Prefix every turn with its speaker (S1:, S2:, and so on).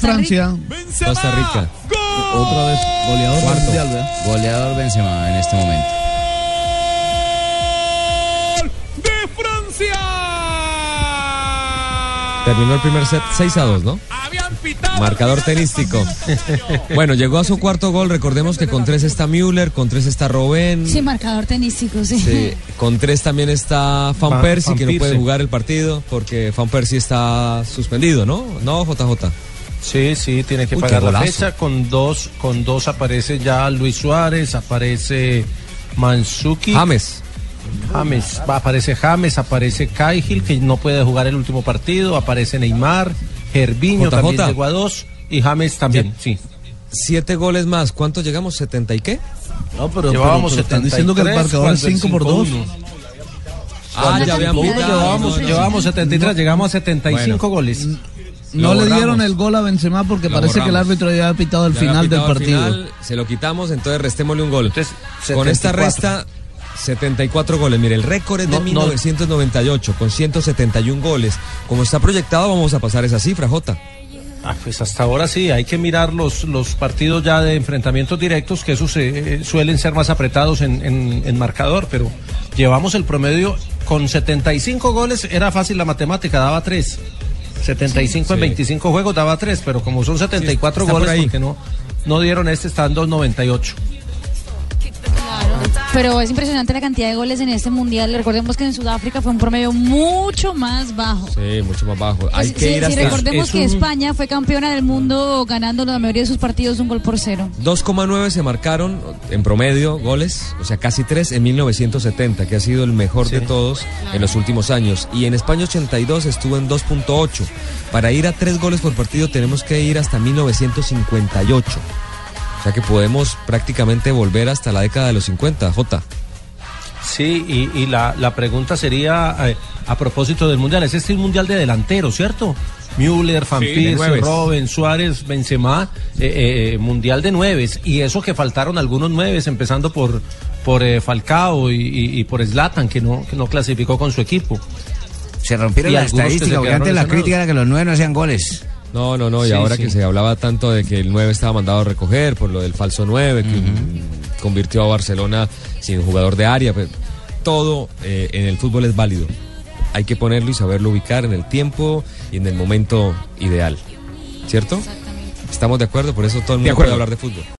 S1: Francia.
S2: Costa Rica. Otra vez goleador
S1: Cuarto.
S2: mundial, ¿verdad? Goleador Benzema en este momento.
S3: de Francia.
S4: Terminó el primer set 6 a 2, ¿no?
S3: Habían pitado.
S4: Marcador tenístico. Bueno, llegó a su cuarto gol. Recordemos que con tres está Müller, con tres está Robben.
S5: Sí, marcador tenístico, sí.
S4: Sí, con tres también está Fan
S1: Van-
S4: Persie,
S1: Van
S4: que no puede
S1: Persie.
S4: jugar el partido porque Fan Persie está suspendido, ¿no? No, JJ.
S6: Sí, sí, tiene que
S4: Uy, qué
S6: pagar la
S4: golazo.
S6: fecha. Con dos, con dos aparece ya Luis Suárez, aparece Mansuki.
S4: James.
S6: James, va, aparece James, aparece Cahill, que no puede jugar el último partido, aparece Neymar, Gervinho
S4: JJ.
S6: también llegó a dos, y James también, sí.
S4: Siete goles más. ¿Cuánto llegamos? ¿70 y qué?
S6: No, pero,
S1: Llevábamos
S6: pero
S1: están diciendo que el
S6: 73
S1: marcador es
S6: cuando el
S1: cinco por dos.
S6: 5-1.
S4: Ah, ya habían
S5: Uy,
S6: Uno,
S4: pitado.
S6: llevábamos,
S4: No, no,
S6: llevábamos 73, llegamos a 75
S2: Bueno.
S6: goles.
S1: No
S4: Lo
S1: le dieron
S4: borramos.
S1: el gol a Benzema porque
S4: Lo
S1: parece que el
S4: borramos.
S1: árbitro ya había pitado el
S4: Ya había
S1: final del
S4: pitado al
S1: partido.
S4: final, se lo quitamos, entonces restémosle un gol.
S6: Entonces,
S4: Con esta
S6: 74.
S4: resta, 74 goles. Mire, el récord es de
S6: No, no.
S4: 1998, con 171 goles. Como está proyectado, vamos a pasar esa cifra, Jota.
S6: Ah, pues hasta ahora sí, hay que mirar los, los partidos ya de enfrentamientos directos, que esos eh, suelen ser más apretados en, en- en marcador, pero llevamos el promedio con 75 goles, era fácil la matemática, daba 3. 75 en
S4: Sí.
S6: 25 juegos daba 3, pero como son 74
S4: está por
S6: goles,
S4: ahí.
S6: porque no, no dieron este, están 2.98.
S5: Pero es impresionante la cantidad de goles en este mundial. Recordemos que en Sudáfrica fue un promedio mucho más bajo.
S4: Sí, mucho más bajo.
S5: Pues,
S4: Hay que
S5: sí,
S4: ir
S5: sí,
S4: hasta
S5: recordemos
S6: es
S5: que
S6: un-
S5: España fue campeona del mundo ganando la mayoría de sus partidos un gol por cero.
S4: 2,9 se marcaron en promedio goles, o sea, casi 3 en 1970, que ha sido el mejor de todos en los últimos años. Y en España 82 estuvo en 2.8. Para ir a 3 goles por partido tenemos que ir hasta 1958. O sea que podemos prácticamente volver hasta la década de los 50, J.
S6: Sí, y, y la, la pregunta sería eh, a propósito del mundial. Es este un mundial de delanteros, ¿cierto? Müller, Van
S2: Sí, de
S6: Persie,
S2: nueves.
S6: Robben, Suárez, Benzema, eh, eh, mundial de nueves. Y eso que faltaron algunos nueves, empezando por, por eh, Falcao y, y- y por Zlatan, que no, que no clasificó con su equipo.
S2: Se rompieron
S6: Y
S2: las
S6: algunos que se
S2: estadísticas, porque
S6: quedaron
S2: antes la
S6: lesionados.
S2: crítica era que los nueve no hacían goles.
S4: No, no, no, y
S6: Sí,
S4: ahora
S6: sí.
S4: que se hablaba tanto de que el 9 estaba mandado a recoger por lo del falso 9, que mm, convirtió a Barcelona sin jugador de área, pues, todo eh, en el fútbol es válido. Hay que ponerlo y saberlo ubicar en el tiempo y en el momento ideal. ¿Cierto? Estamos de acuerdo, por eso todo el mundo puede
S2: acuerdo.
S4: hablar de fútbol.